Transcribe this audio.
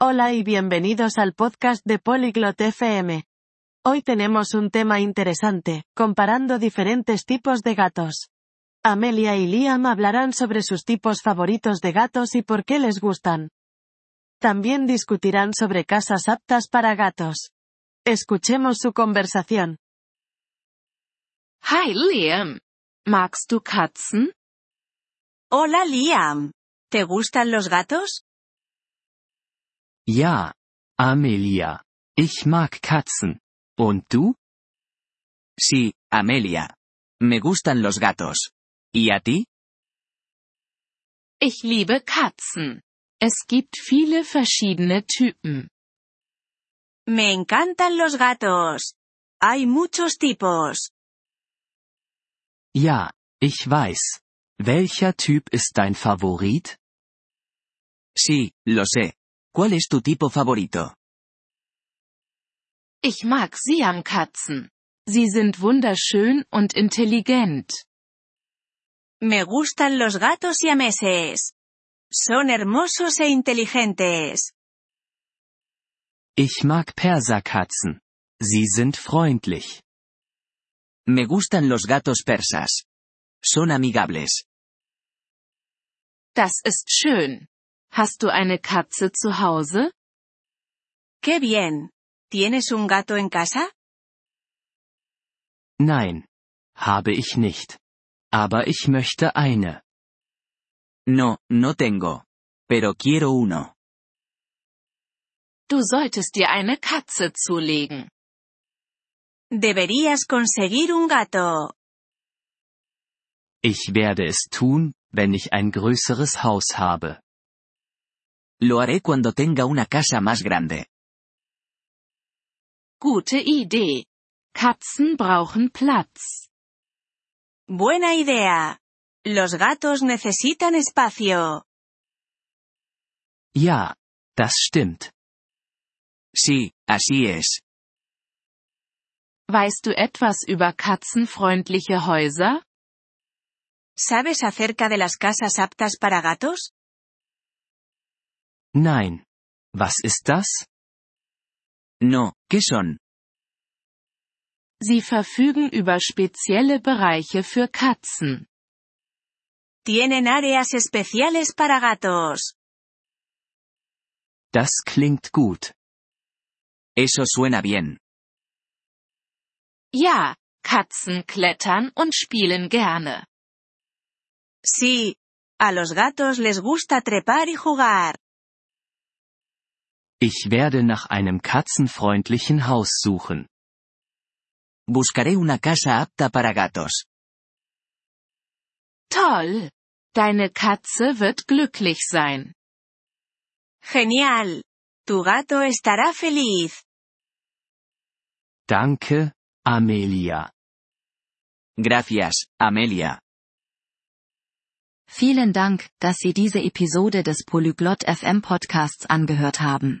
Hola y bienvenidos al podcast de Polyglot FM. Hoy tenemos un tema interesante, comparando diferentes tipos de gatos. Amelia y Liam hablarán sobre sus tipos favoritos de gatos y por qué les gustan. También discutirán sobre casas aptas para gatos. Escuchemos su conversación. Hi Liam. Magst du Katzen? Hola Liam. ¿Te gustan los gatos? Ja, Amelia. Ich mag Katzen. Und du? Sí, Amelia. Me gustan los gatos. ¿Y a ti? Ich liebe Katzen. Es gibt viele verschiedene Typen. Me encantan los gatos. Hay muchos tipos. Ja, ich weiß. Welcher Typ ist dein Favorit? Sí, lo sé. ¿Cuál es tu tipo favorito? Ich mag Siamkatzen. Sie sind wunderschön und intelligent. Me gustan los gatos siameses. Son hermosos e inteligentes. Ich mag Perserkatzen. Sie sind freundlich. Me gustan los gatos persas. Son amigables. Das ist schön. Hast du eine Katze zu Hause? Qué bien. ¿Tienes un gato en casa? Nein. Habe ich nicht. Aber ich möchte eine. No, no tengo. Pero quiero uno. Du solltest dir eine Katze zulegen. Deberías conseguir un gato. Ich werde es tun, wenn ich ein größeres Haus habe. Lo haré cuando tenga una casa más grande. Gute Idee. Katzen brauchen Platz. Buena idea. Los gatos necesitan espacio. Ja, das stimmt. Sí, así es. Weißt du etwas über katzenfreundliche Häuser? ¿Sabes acerca de las casas aptas para gatos? Nein. Was ist das? No, ¿qué son? Sie verfügen über spezielle Bereiche für Katzen. Tienen áreas especiales para gatos. Das klingt gut. Eso suena bien. Ja, Katzen klettern und spielen gerne. Sí, a los gatos les gusta trepar y jugar. Ich werde nach einem katzenfreundlichen Haus suchen. Buscaré una casa apta para gatos. Toll! Deine Katze wird glücklich sein. Genial. Tu gato estará feliz. Danke, Amelia. Gracias, Amelia. Vielen Dank, dass Sie diese Episode des Polyglot FM Podcasts angehört haben.